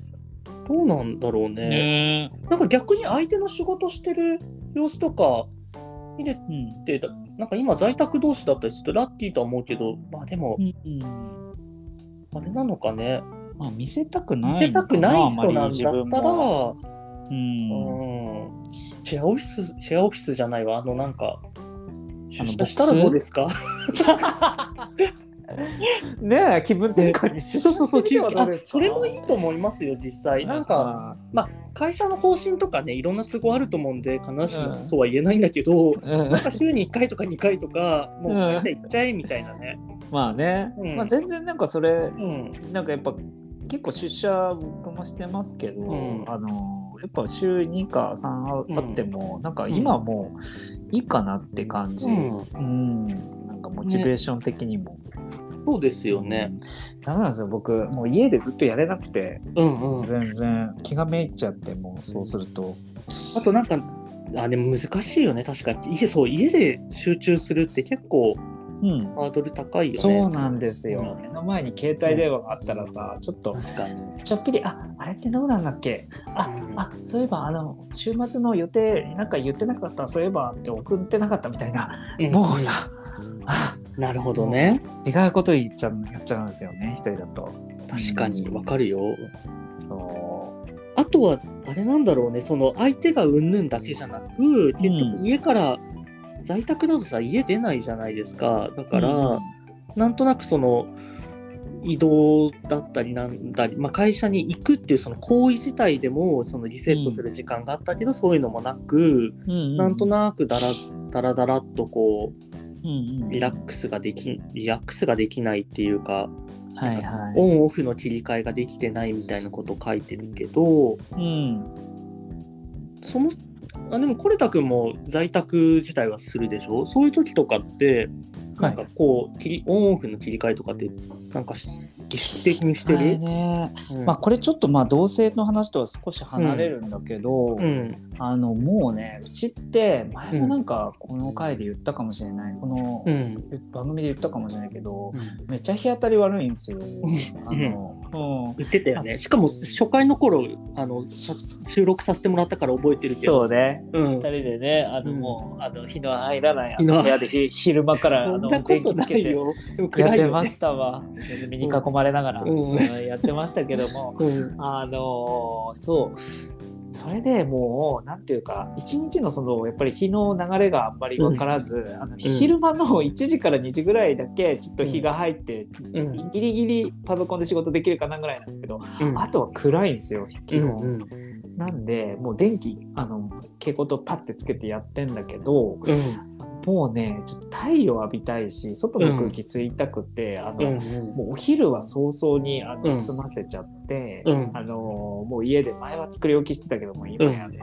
S2: どうなんだろうね。
S1: ね
S2: なんか逆に相手の仕事してる様子とか見れ
S1: え。うん。
S2: て、なんか今在宅同士だったりするとラッキーとは思うけど、まあでも
S1: う、ん
S2: あれなのかね、
S1: まあ、見せたくない
S2: 見せたくない人なんだ
S1: の
S2: っ
S1: か
S2: た
S1: あ
S2: ら、
S1: ま
S2: う
S1: り自分も
S2: ん、シェアオフィス、シェアオフィスじゃないわ、あのなんか、
S1: あ
S2: 出
S1: の
S2: 社したら
S1: ボックス
S2: どうですか
S1: うんねえ気分転換に出社してみてはどうですか
S2: あそれもいいと思いますよ、実際。なんか、
S1: か、
S2: 会社の方針とかねいろんな都合あると思うんで必ずしもそうは言えないんだけど、
S1: うん
S2: なんか週に1回とか2回とかもう
S1: うん
S2: 会社行っちゃえみたいなね、
S1: まあね、
S2: うん
S1: まあ、全然なんかそれ
S2: うん、
S1: なんかやっぱ結構出社僕もしてますけど、
S2: うん
S1: あのやっぱ週2か3ああっても、なんか今はもういいかなって感じ、うんなんかモチベーション的にも。
S2: そうですよね、
S1: うん。ダメなんですよ僕もう家でずっとやれなくて
S2: うんうん、
S1: 全然気がめいっちゃってもうそうすると。
S2: あとなんかあでも難しいよね確かに家そう家で集中するって結構
S1: うん
S2: ハードル高いよね
S1: そうなんですよ、
S2: うん
S1: 目の前に携帯電話があったらさちょっと
S2: 確かに
S1: ちょっぴりああれってどうなんだっけあ、
S2: うん
S1: あそういえばあの週末の予定なんか言ってなかったそういえばって送ってなかったみたいな、
S2: うん
S1: もうさ
S2: うんなるほどね
S1: 違うこと言っちゃうやっちゃうんですよね一人だと
S2: 確かにわかるよ
S1: そ
S2: あとは、あれなんだろうね、その相手がうんぬんだけじゃなく、結局家から、在宅だとさ、家出ないじゃないですか。だ
S1: う
S2: から、
S1: うん
S2: なんとなくその、移動だったりなんだり、まあ、会社に行くっていうその行為自体でもそのリセットする時間があったけど、そういうのもなく、
S1: うう
S2: なんとなくだらだらだらっとこ
S1: うんうん
S2: うリラックスができリラックスができないっていうか、
S1: はいは
S2: オ
S1: い
S2: ンオフの切り替えができてないみたいなこと書いてるけど、
S1: うん
S2: そのあでもコレタ君も在宅自体はするでしょそういう時とかって
S1: は
S2: ないんかこう、切りオンオフの切り替えとかってなんかし意識的にして
S1: あれ
S2: る、
S1: ね
S2: うん
S1: まあこれちょっとまあ同性の話とは少し離れるんだけど、
S2: うん
S1: あのもうねうちって前もなんかこの回で言ったかもしれない、この
S2: うん
S1: 番組で言ったかもしれないけど、めっちゃ日当たり悪いんですよ。あの、
S2: 言ってたよねしかも初回の頃あの
S1: そう
S2: 収録させてもらったから覚えてるけど
S1: そうね。
S2: う、ん
S1: 二、人でね、あの、
S2: うん
S1: もう、あの、日の入らないあ
S2: 日の
S1: の部屋でひ昼間から、あ
S2: そん
S1: の、
S2: なこと
S1: 電気つ
S2: な
S1: け
S2: い
S1: て
S2: よでも暗いよね
S1: やってましたわ。ネズミに囲まれながら、
S2: うん
S1: うんやってましたけども、
S2: うん
S1: あのそう。それでもう、なんていうか、一日のその、やっぱり日の流れがあんまり分からず、あの昼間の1時から2時ぐらいだけ、ちょっと日が入って、
S2: うん
S1: ギリギリパソコンで仕事できるかなぐらいなんだけど、
S2: うん
S1: あとは暗いんですよ、基本。
S2: うんうん
S1: なんで、もう電気、あの、蛍光灯パッてつけてやってんだけど、もうね、ちょっと太陽浴びたいし、外の空気吸いたくて、あ
S2: うんう
S1: の、
S2: ん
S1: もうお昼は早々にあ
S2: うん
S1: の済ませちゃって、
S2: うん
S1: あの、もう家で、前は作り置きしてたけども、今やで、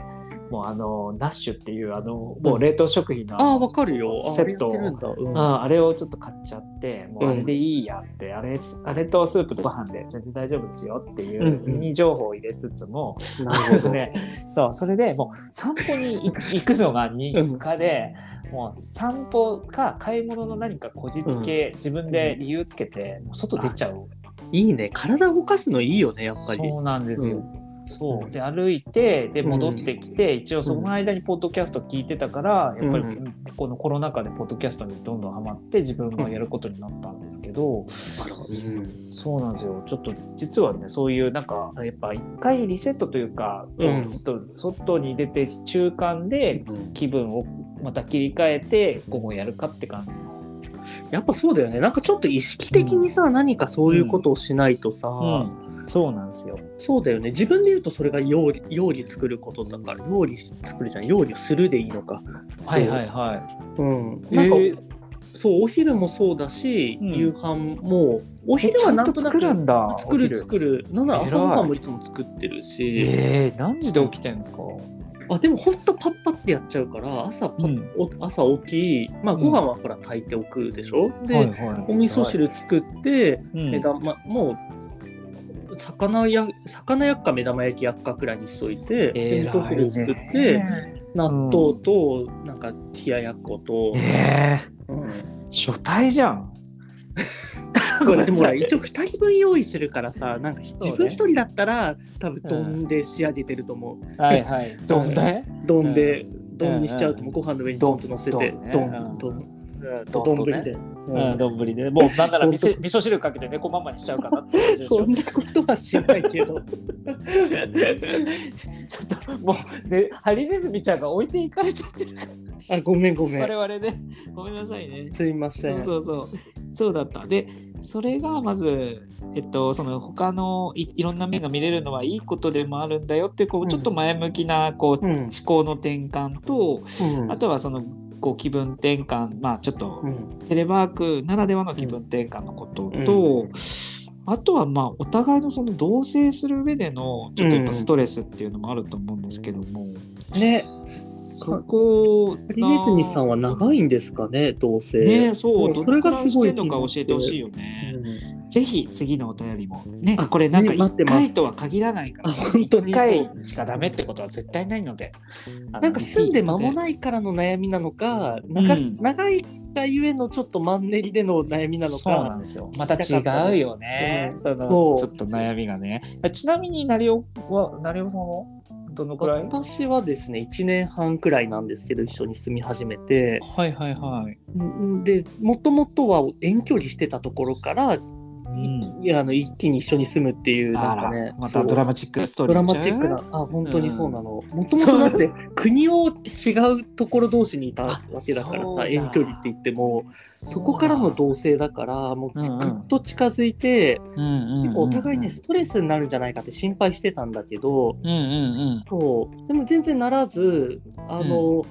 S1: もうあのナッシュっていうあのもう冷凍食品の、
S2: ああ、わかるよ。
S1: セット
S2: あれやってるんだ。うん
S1: ああれをちょっと買っちゃってもうあれでいいやって、あれあれとスープとご飯で全然大丈夫ですよってい
S2: うん
S1: う
S2: うん
S1: ミニ情報を入れつつも、
S2: なるほど。
S1: ね、そうそれでもう散歩に行く行くのが日課で、もう散歩か買い物の何かこじつけ、自分で理由つけてもう外出ちゃう
S2: いいね。体動かすのいいよね、やっぱり。
S1: そうなんですよ。
S2: う
S1: そううんで歩いてで戻ってきて、一応その間にポッドキャスト聞いてたから、
S2: うん
S1: やっぱり
S2: う
S1: このコロナ禍でポッドキャストにどんどんハマって自分がやることになったんですけど、
S2: うん
S1: そうなんですよちょっと実はねそういうなんかやっぱ一回リセットというか、
S2: うん
S1: ちょっと外に出て中間で気分をまた切り替えて午後やるかって感じの。
S2: やっぱそうだよね。なんかちょっと意識的にさ、何かそういうことをしないとさ、
S1: そうなんですよ。
S2: そうだよね。自分で言うとそれが料理、料理作ることだから、料理作るじゃん。料理をするでいいのか。
S1: はいはいはい。
S2: そう。うん。
S1: えー
S2: なんか、そう、お昼もそうだし、
S1: うん
S2: 夕飯も、お
S1: え
S2: 昼
S1: ちゃ
S2: は
S1: ん
S2: なん
S1: と
S2: とな
S1: 作
S2: く
S1: るんだ。
S2: 作る作る。なんなら朝ごはんもいつも作ってるし、
S1: えー、何時で起きてんですか。
S2: あでもほんとパッパってやっちゃうから、朝パッ、
S1: ん。
S2: お朝起き、まあご飯はほら炊いておくでしょ。で、
S1: はいはい
S2: お味噌、汁作って、
S1: うん
S2: 目玉もう魚や魚焼くか目玉焼き焼くかくらいにしといて、
S1: え
S2: で
S1: ー
S2: 味噌汁作って、納豆となんか冷ややっこと、
S1: え
S2: うん
S1: ー、初対じゃん。
S2: これでもほら一応2人分用意するからさなんか
S1: そうね
S2: 自分1人だったら多分どんで仕上げてると思
S1: はいはい。 どんだい？
S2: うどんで丼にしちゃうともうご飯の上にどんと乗せて
S1: 丼
S2: ど
S1: 丼
S2: ん
S1: ね
S2: ど
S1: 丼
S2: んどん
S1: とね
S2: で。
S1: うん、
S2: うん
S1: どんぶりで。もうなんなら味
S2: ほ
S1: 噌
S2: んと
S1: 味噌汁かけて猫ママにし ちゃうかなって感じでし
S2: そ
S1: ょ
S2: ん。なことはしない け
S1: ちょっ
S2: ど
S1: ともうねハリネズミちゃんが置いていかれちゃってるか
S2: あごめんごめ
S1: ら我
S2: ん
S1: 々で、ごめんなさいね。
S2: すいませ
S1: そ
S2: ん
S1: うそうそうそうだったでそれがまずえっとその他のいいろんな面が見れるのはいいことでもあるんだよってこ
S2: う
S1: うんちょっと前向きなこう、
S2: うん
S1: 思考の転換と、
S2: うん
S1: あとはそのこう気分転換まあちょっと
S2: うん
S1: テレワークならではの気分転換のことと、あとはまあお互いのその同棲する上でのちょっとやっぱストレスっていうのもあると思うんですけども、
S2: ね
S1: そこ
S2: ハリネズミさんは長いんですかね、同棲。
S1: ねそう
S2: そう
S1: どれくらい
S2: それがすごい
S1: してんのか教えてほしいよね。
S2: うん
S1: ぜひ次のお便りもね
S2: あ
S1: これなんか
S2: ね待って
S1: 1
S2: ます
S1: 回とは限らないから
S2: あ本当に
S1: 1回しかダメってことは絶対ないので
S2: なんか住んで間も
S1: い
S2: ないからの悩みなのか、長す
S1: うん
S2: 長いがゆえのちょっとマンネリでの悩みなの
S1: そうな
S2: か
S1: ん、ですよまた違うよね、
S2: うん
S1: その
S2: そう
S1: ちょっと悩みがねちなみに成尾は成尾さんはどのくらい
S2: 私はですね、1年半くらいなんですけど、一緒に住み始めて、
S1: はいはいはい、
S2: んで、もともとは遠距離してたところから、
S1: うん、
S2: いやあの一気に一緒に住むっていう、な
S1: あ、
S2: んからね、
S1: ま
S2: そ
S1: た
S2: う
S1: ドラマチックなストーリ
S2: ド
S1: ーに
S2: ラ
S1: な
S2: マ
S1: っちゃう
S2: チックな、あ、本当にそうなの。もともとだって国を違うところ同士にいたわけだから
S1: そう
S2: さ、
S1: だ
S2: 遠距離って言っても、そこからの同棲だから、もう
S1: うんう
S2: ぐ
S1: ん
S2: っと近づいて、
S1: うんうんうんうん
S2: お互いね、ストレスになるんじゃないかって心配してたんだけど、
S1: うんうんうん
S2: そう、でも全然ならず、あの、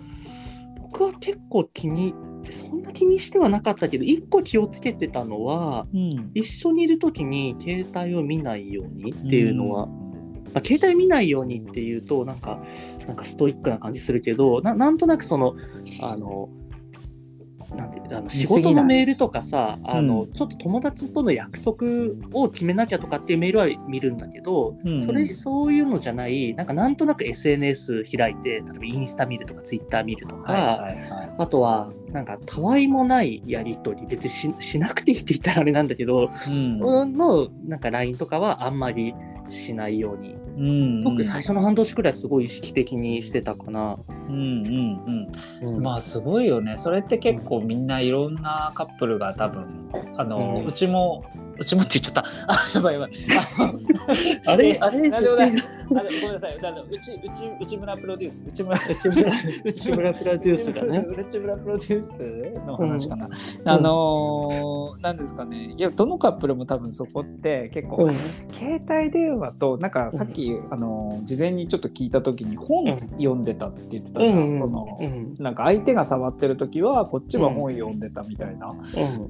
S2: 僕は結構気に、そんな気にしてはなかったけど、一個気をつけてたのは、
S1: うん
S2: 一緒にいる時に携帯を見ないようにっていうのは、まあ、携帯見ないようにっていうとなんかなんかストイックな感じするけどななんとなくそのあのなんてあの仕
S1: 見過
S2: 事
S1: ぎな
S2: の
S1: い
S2: メールとかさあの、
S1: う
S2: ちょっと友達との約束を決めなきゃとかっていうメールは見るんだけど、
S1: うんうん
S2: それそういうのじゃないなんかなんとなく SNS 開いて例えばインスタ見るとかツイッター見るとか。
S1: はいはいはい
S2: あとは、なんか、たわいもないやりとり、別にししなくていいって言ったらあれなんだけど、
S1: うん
S2: の、なんか LINE とかはあんまりしないように
S1: うん
S2: 僕最初の半年くらいすごい意識的にしてたかな。
S1: うんうんうん
S2: うん
S1: まあすごいよねそれって結構みんないろんなカップルが多分あの、う
S2: うん
S1: ちもうちもって言っちゃった あやばいやばいあの
S2: あれあれ
S1: なんでもないあのごめんなさいあのうちうち内村プロデュース内村内
S2: 村
S1: 内
S2: 内村プロデュースがね。
S1: 内村プロデュースの話かな、あののなんですかねいやどのカップルも多分そこって結構、携帯電話となんかさっき、あの事前にちょっと聞いた時に本読んでたって言ってたじゃん、その、なんか相手が触ってる時はこっちは本読んでたみたいな、う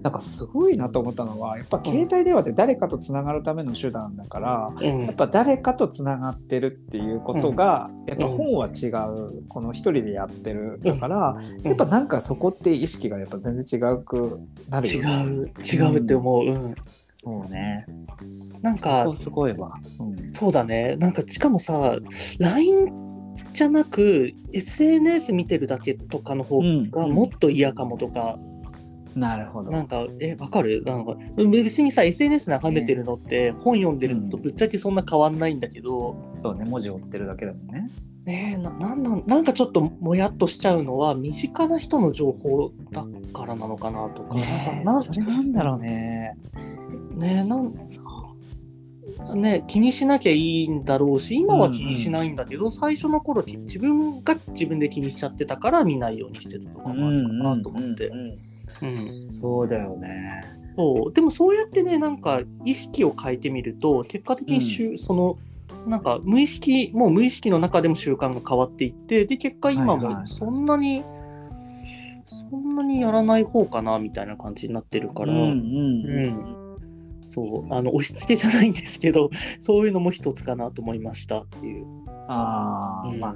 S1: なんかすごいなと思ったのはやっぱ携帯電話って誰かとつながるための手段だから、やっぱ誰かとつながってるっていうことが、やっぱ本は違うこの一人でやってるだから、やっぱなんかそこって意識がやっぱ全然違うくなる
S2: よね。違う違うって思う、うん、
S1: そうね
S2: なんか
S1: すごいわ、
S2: うん、そうだねなんかしかもさ LINE じゃなく SNS 見てるだけとかの方がもっと嫌かもとか、
S1: うん、なるほど
S2: なんかえわかるなんか別にさ SNS 眺めてるのって、ね、本読んでるのとぶっちゃけそんな変わんないんだけど、
S1: そうね文字追ってるだけだもんね
S2: ねえななんなんなんかちょっともやっとしちゃうのは身近な人の情報だからなのかなとか、
S1: ね、なんそれなんだろうね。
S2: ねえなんね、気にしなきゃいいんだろうし今は気にしないんだけど、うんうん、最初の頃自分が自分で気にしちゃってたから見ないようにしてたとかもあるかなと思って。
S1: そうだよね
S2: そうでもそうやってねなんか意識を変えてみると結果的にしゅ、うん、そのなんか無意識もう無意識の中でも習慣が変わっていってで結果今もそんなに、そんなにやらない方かなみたいな感じになってるから、うん、うんうん、そうあの押し付けじゃないんですけど そういうのも一つかなと思いましたっていう。
S1: あうん、まあ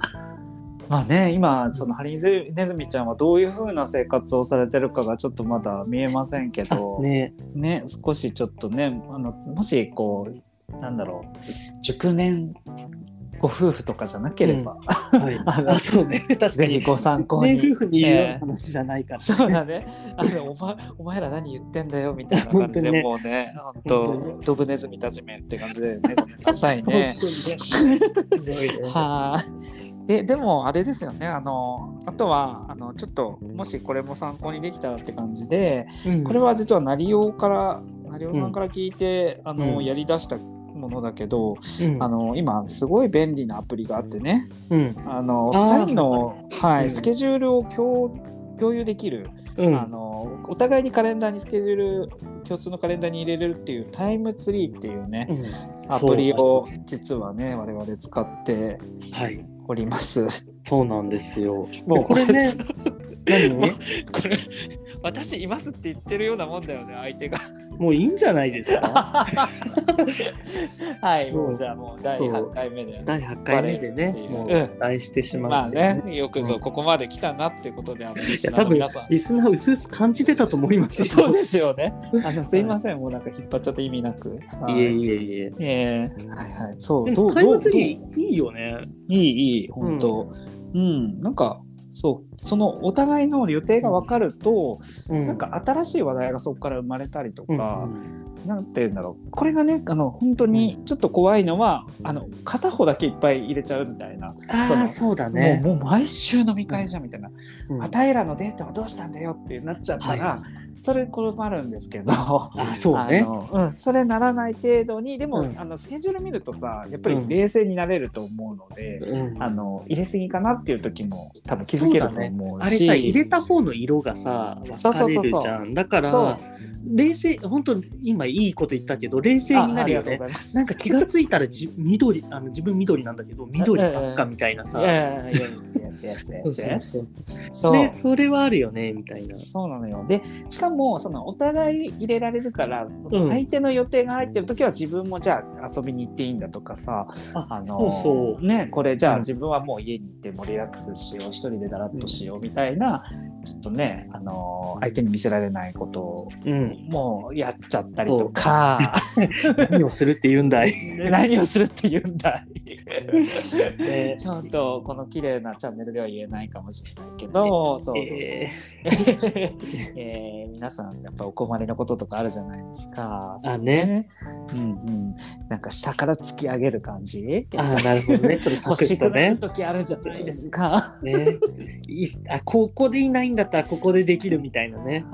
S1: まあね、今そのハリネズミちゃんはどういうふうな生活をされてるかがちょっとまだ見えませんけど、ね、ね、少しちょっとねあのもしこうなんだろう熟年ご夫婦とかじゃなければ、
S2: う んはい、あそうね確
S1: かにご参考に
S2: 夫婦に言う話じゃないから、ね
S1: えー、そうだねあのお前お前ら何言ってんだよみたいな感じで、ね、もうね本当ドブネズミたちめって感じで、ね、ごめんなさいね。 はいででもあれですよねあのあとはあのちょっともしこれも参考にできたらって感じで、うん、これは実は成尾から成尾さんから聞いて、うん、あのやりだしたものだけど、うん、あの今すごい便利なアプリがあってね、うん、あの2人の、はい、うん、スケジュールを共有できる、あのお互いにカレンダーにスケジュール共通のカレンダーに入れれるっていうタイムツリーっていうね、アプリを実はね我々使っております。はい、
S2: そうなんですよ
S1: もうこれね
S2: 何、
S1: ま、これ 私いますって言ってるようなもんだよね相手が
S2: もういいんじゃないですか
S1: はいもうじゃあもう第8回目で
S2: 第8回目でねもうお伝えしてしまう、
S1: まあねよくぞここまで来たなってことであのリスナーの皆さん
S2: リスナーうすうす感じてたと思いますよ
S1: そうですよね あのすいませんもうなんか引っ張っちゃって意味なく
S2: いえいえいえ
S1: えー、はいはいそう
S2: どうどういいよね
S1: いいいい本当うん、うん、なんかそうそのお互いの予定が分かると、うん、なんか新しい話題がそこから生まれたりとか、何、うん、て言うんだろうこれがねあの本当にちょっと怖いのは、うん、あの片方だけいっぱい入れちゃうみたいな
S2: あそうだね
S1: もう毎週飲み会じゃんみたいな、あたいらのデートはどうしたんだよってなっちゃったら、はい、それ困るんですけどあ
S2: そう、ね、
S1: うん、それならない程度にでも、あのスケジュール見るとさやっぱり冷静になれると思うので、あの入れすぎかなっていう時も多分気づけると思う
S2: あれさ入れた方の色がさ分かれるじゃんだから冷静本当今いいこと言ったけど冷静になるよねなんか気が付いたらじ緑あの自分緑なんだけど緑ばっかみたいなさそうそれはあるよねみたいな
S1: そうなのよでしかもそのお互い入れられるから相手の予定が入ってる時は自分もじゃあ遊びに行っていいんだとかさ、あのそうねこれじゃあ自分はもう家に行ってもリラックスしよう一人でだらっとしようみたいな、ちょっとね、あのー、相手に見せられないことを、うん、もうやっちゃったりとか
S2: 何をするって言うんだい
S1: 何をするって言うんだいちょっとこの綺麗なチャンネルでは言えないかもしれないけどそうそうそう、えー、 えー、皆さんやっぱお困りのこととかあるじゃないですか
S2: あね
S1: うんうんなんか下から突き上げる感じ
S2: あなるほどねちょっと
S1: 欲しくなる時あるじゃないですか、ね、
S2: あここでいないんだったらここでできるみたいなね。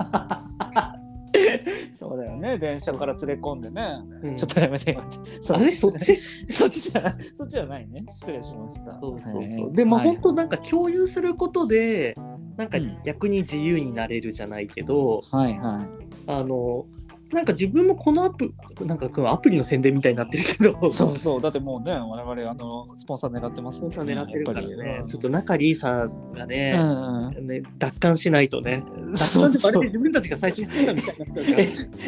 S1: そうだよね電車から連れ込んでね、うん、ちょっとやめてやめて
S2: そっちそっち
S1: そっちじゃそっちじゃないね失礼しました
S2: そうそうそう、でまあ、はい、本当なんか共有することでなんか逆に自由になれるじゃないけど、
S1: はいはい
S2: あのなんか自分もこのアプなんかこのアプリの宣伝みたいになってるけど
S1: そうそうだってもうね我々あのスポンサー狙ってます
S2: スポンサー狙ってるからね、ちょっ
S1: と
S2: と中リーサーがね,、
S1: うんうん
S2: ね奪還しないとね奪
S1: そ
S2: 還
S1: う
S2: って
S1: そ
S2: バ
S1: う
S2: レて自分たちが最初に作ったみたいになってるか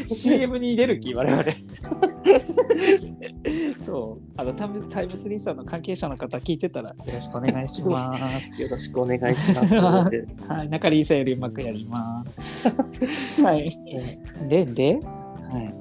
S2: ら
S1: CM に出る気我々 そうあのタイムタイムスリーさんの関係者の方聞いてたらよろしくお願いします
S2: よろしくお願いしますと思 って
S1: はい、中里さんよりうまくやり ます。はい。で、で、はい。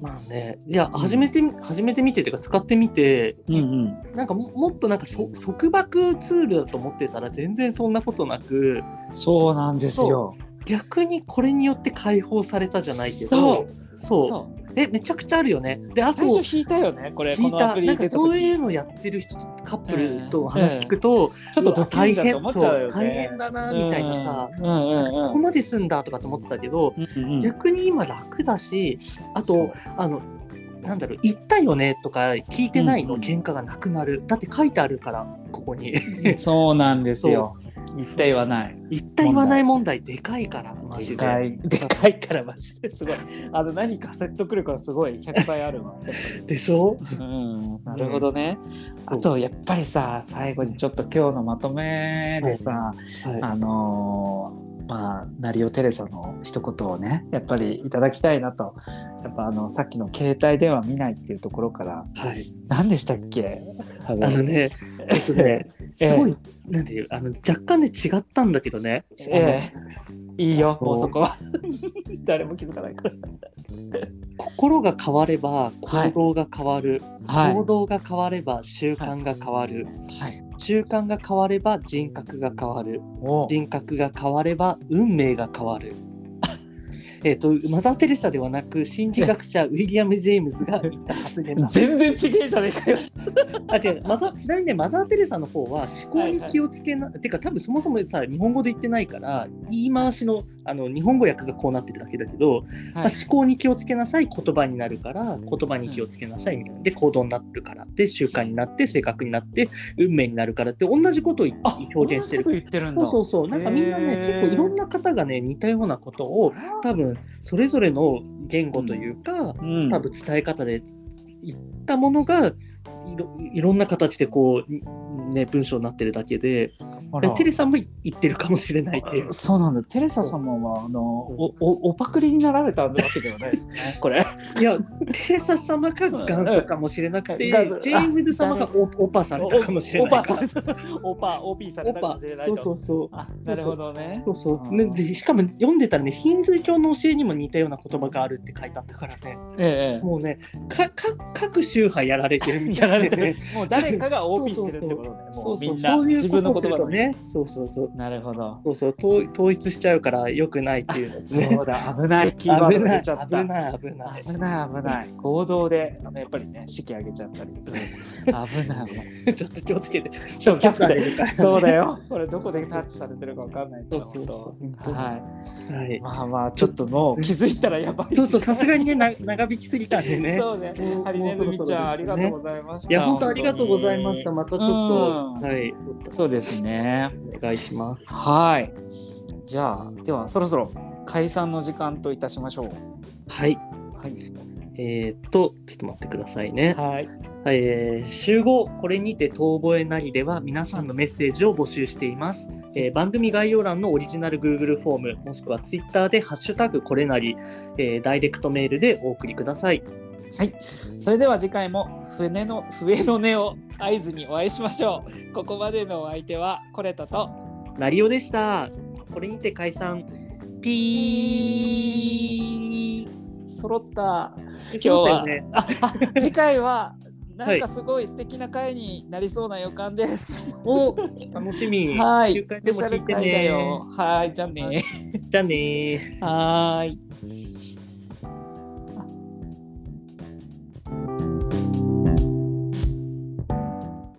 S2: まあねいや始めてみ始めてみてというか使ってみて
S1: うんうん。
S2: なんかももっとなんかそ束縛ツールだと思ってたら全然そんなことなく
S1: そうなんですよ。
S2: 逆にこれによって解放されたじゃないけど
S1: そう
S2: そう
S1: そう
S2: えめちゃくちゃあるよねであと
S1: 最初引いたよね、これ、
S2: 聞
S1: こ
S2: い
S1: のア
S2: た
S1: プリ
S2: なん
S1: 出
S2: か
S1: た
S2: そういう
S1: 時。
S2: のやってる人カップルと話聞くと、
S1: ちょっとドキ
S2: 大
S1: ッだ
S2: 変
S1: と思っちゃうよね。
S2: そう大変だなみたいなさ、
S1: うんうんうん
S2: ここまで済んだとかと思ってたけど、
S1: うんうん。
S2: 逆に今楽だしあ
S1: そ
S2: と
S1: う
S2: あのなんだろう言ったよねとか聞いてないの、
S1: うん
S2: 喧嘩がなくなるだって書いてあるからこ こに
S1: そうなんですよ。一体はない。
S2: 言った言わない問題でかいからマ
S1: で
S2: ジで
S1: かい。でかいからマジですごい。あの何か説得力がすごい100倍あるわ。
S2: でしょ
S1: うんなるほどね。あとやっぱりさ最後にちょっと今日のまとめでさ、
S2: は
S1: あのーまあナリオテレサの一言をねやっぱりいただきたいなとやっぱあのさっきの携帯電話見ないっていうところから
S2: い、はい、
S1: 何でしたっけあ
S2: あのねえっとね
S1: ええ
S2: すごい、なんていうあの若干ね違ったんだけどね、
S1: ええいいよ
S2: あの
S1: もうそこは 誰も気づかないから。
S2: あの心が変われば行動が変わる、
S1: はい
S2: 行動が変われば習慣が変わる、
S1: はい、
S2: 習慣が変われば人格が変わる
S1: おう
S2: 人格が変われば運命が変わるえっとマザー・テレサではなく心理学者ウィリアム・ジェームズが言った発言だ
S1: 全然ちげえじゃねえかよ。
S2: あ違うマザちなみにねマザー・テレサの方は思考に気をつけな、てか多分そもそもさ日本語で言ってないから言い回しのあの日本語訳がこうなってるだけだけど、まあ
S1: はい
S2: 思考に気をつけなさい言葉になるから言葉に気をつけなさいみたいなで行動になるからで習慣になって性格になって運命になるからって同じことを言表現してる
S1: こんなこと言ってるんだ。
S2: そうそうそうなんかみんなね
S1: へー
S2: 結構いろんな方がね似たようなことを多分それぞれの言語というか、
S1: うん
S2: 多分伝え方で言ったものがいろいろんな形でこう、ね、文章になってるだけで
S1: あら
S2: テレさんも言ってるかもしれないっていう。
S1: そうなんだ。テレサ様はあのおおおパクリになられたわけではないですね。 これ。
S2: いやテレサ様が元祖かもしれなくて、
S1: 元祖
S2: ジェームズ様がオオパされたかもしれ
S1: オ
S2: ない
S1: パ
S2: か
S1: さ
S2: ら
S1: れた。オパ OP され
S2: オ
S1: たか
S2: パ
S1: もしれない
S2: そ
S1: と。
S2: うそうそう
S1: あ、なるほどね。
S2: そうそううんねでしかも読んでたらねヒンズー教の教えにも似たような言葉があるって書いてあったからね
S1: え
S2: もうね、かか各宗派やられてるみた
S1: や
S2: いな、
S1: ら
S2: ね。
S1: れてる。もう誰かが OP してるってことだね。も
S2: そううそ
S1: み
S2: う、
S1: んな
S2: そういう
S1: 自分の
S2: こと
S1: 言
S2: する
S1: 葉だ
S2: と
S1: ね。
S2: ね。そうそうそう。
S1: なるほど。
S2: そうそう統統一しちゃうから良くないっていうの
S1: そ
S2: ね。
S1: うだ、危ないキ
S2: 危
S1: ーワード
S2: な
S1: 出
S2: い
S1: ちゃっ
S2: 危
S1: た。
S2: ない危ない。
S1: 危ない危ない。行動で、あのやっぱりね、式上げちゃ ったり。うん危ない危ない。
S2: ちょっと気をつけて。
S1: そう、気をつけて
S2: るからね
S1: そうだ。よ。これどこでタッチされてるかわかんないか
S2: そ
S1: ら
S2: うそうそう。
S1: 本当はい。
S2: はい。
S1: まあまあちょっともう気づいたらやばい
S2: ちょっとさすがにねな長引きすぎたんでね。
S1: そうね
S2: もう
S1: ハリネズミちゃんありがとうご
S2: い
S1: ざいました
S2: いや本当ありがとうございました。
S1: 本
S2: またちょっ
S1: うん
S2: とはい
S1: 当にそうですね
S2: お願いします。
S1: はいじゃあではそろそろ解散の時間といたしましょう
S2: はい。
S1: はい
S2: えーっとちょっと待ってくださいね。
S1: はい
S2: はいえー集合これにて遠吠えなりでは皆さんのメッセージを募集しています、えー番組概要欄のオリジナル Google フォームもしくは Twitter で「ハッシュタグこれなり」えーダイレクトメールでお送りください
S1: はいそれでは次回も船の笛の音を合図にお会いしましょうここまでのお相手はコレタと
S2: なりおでしたこれにて解散ピー
S1: 揃った
S2: 今
S1: 日は
S2: ね、
S1: ああ次回はなんかすごい素敵な回になりそうな予感です、
S2: お楽し み
S1: はい、
S2: 9
S1: ス
S2: 回
S1: ペ
S2: で
S1: シ
S2: も
S1: ャ
S2: 聞
S1: ル
S2: いて
S1: 回だ
S2: ね
S1: よ。はい、じゃあね。
S2: じゃあねー
S1: はーい。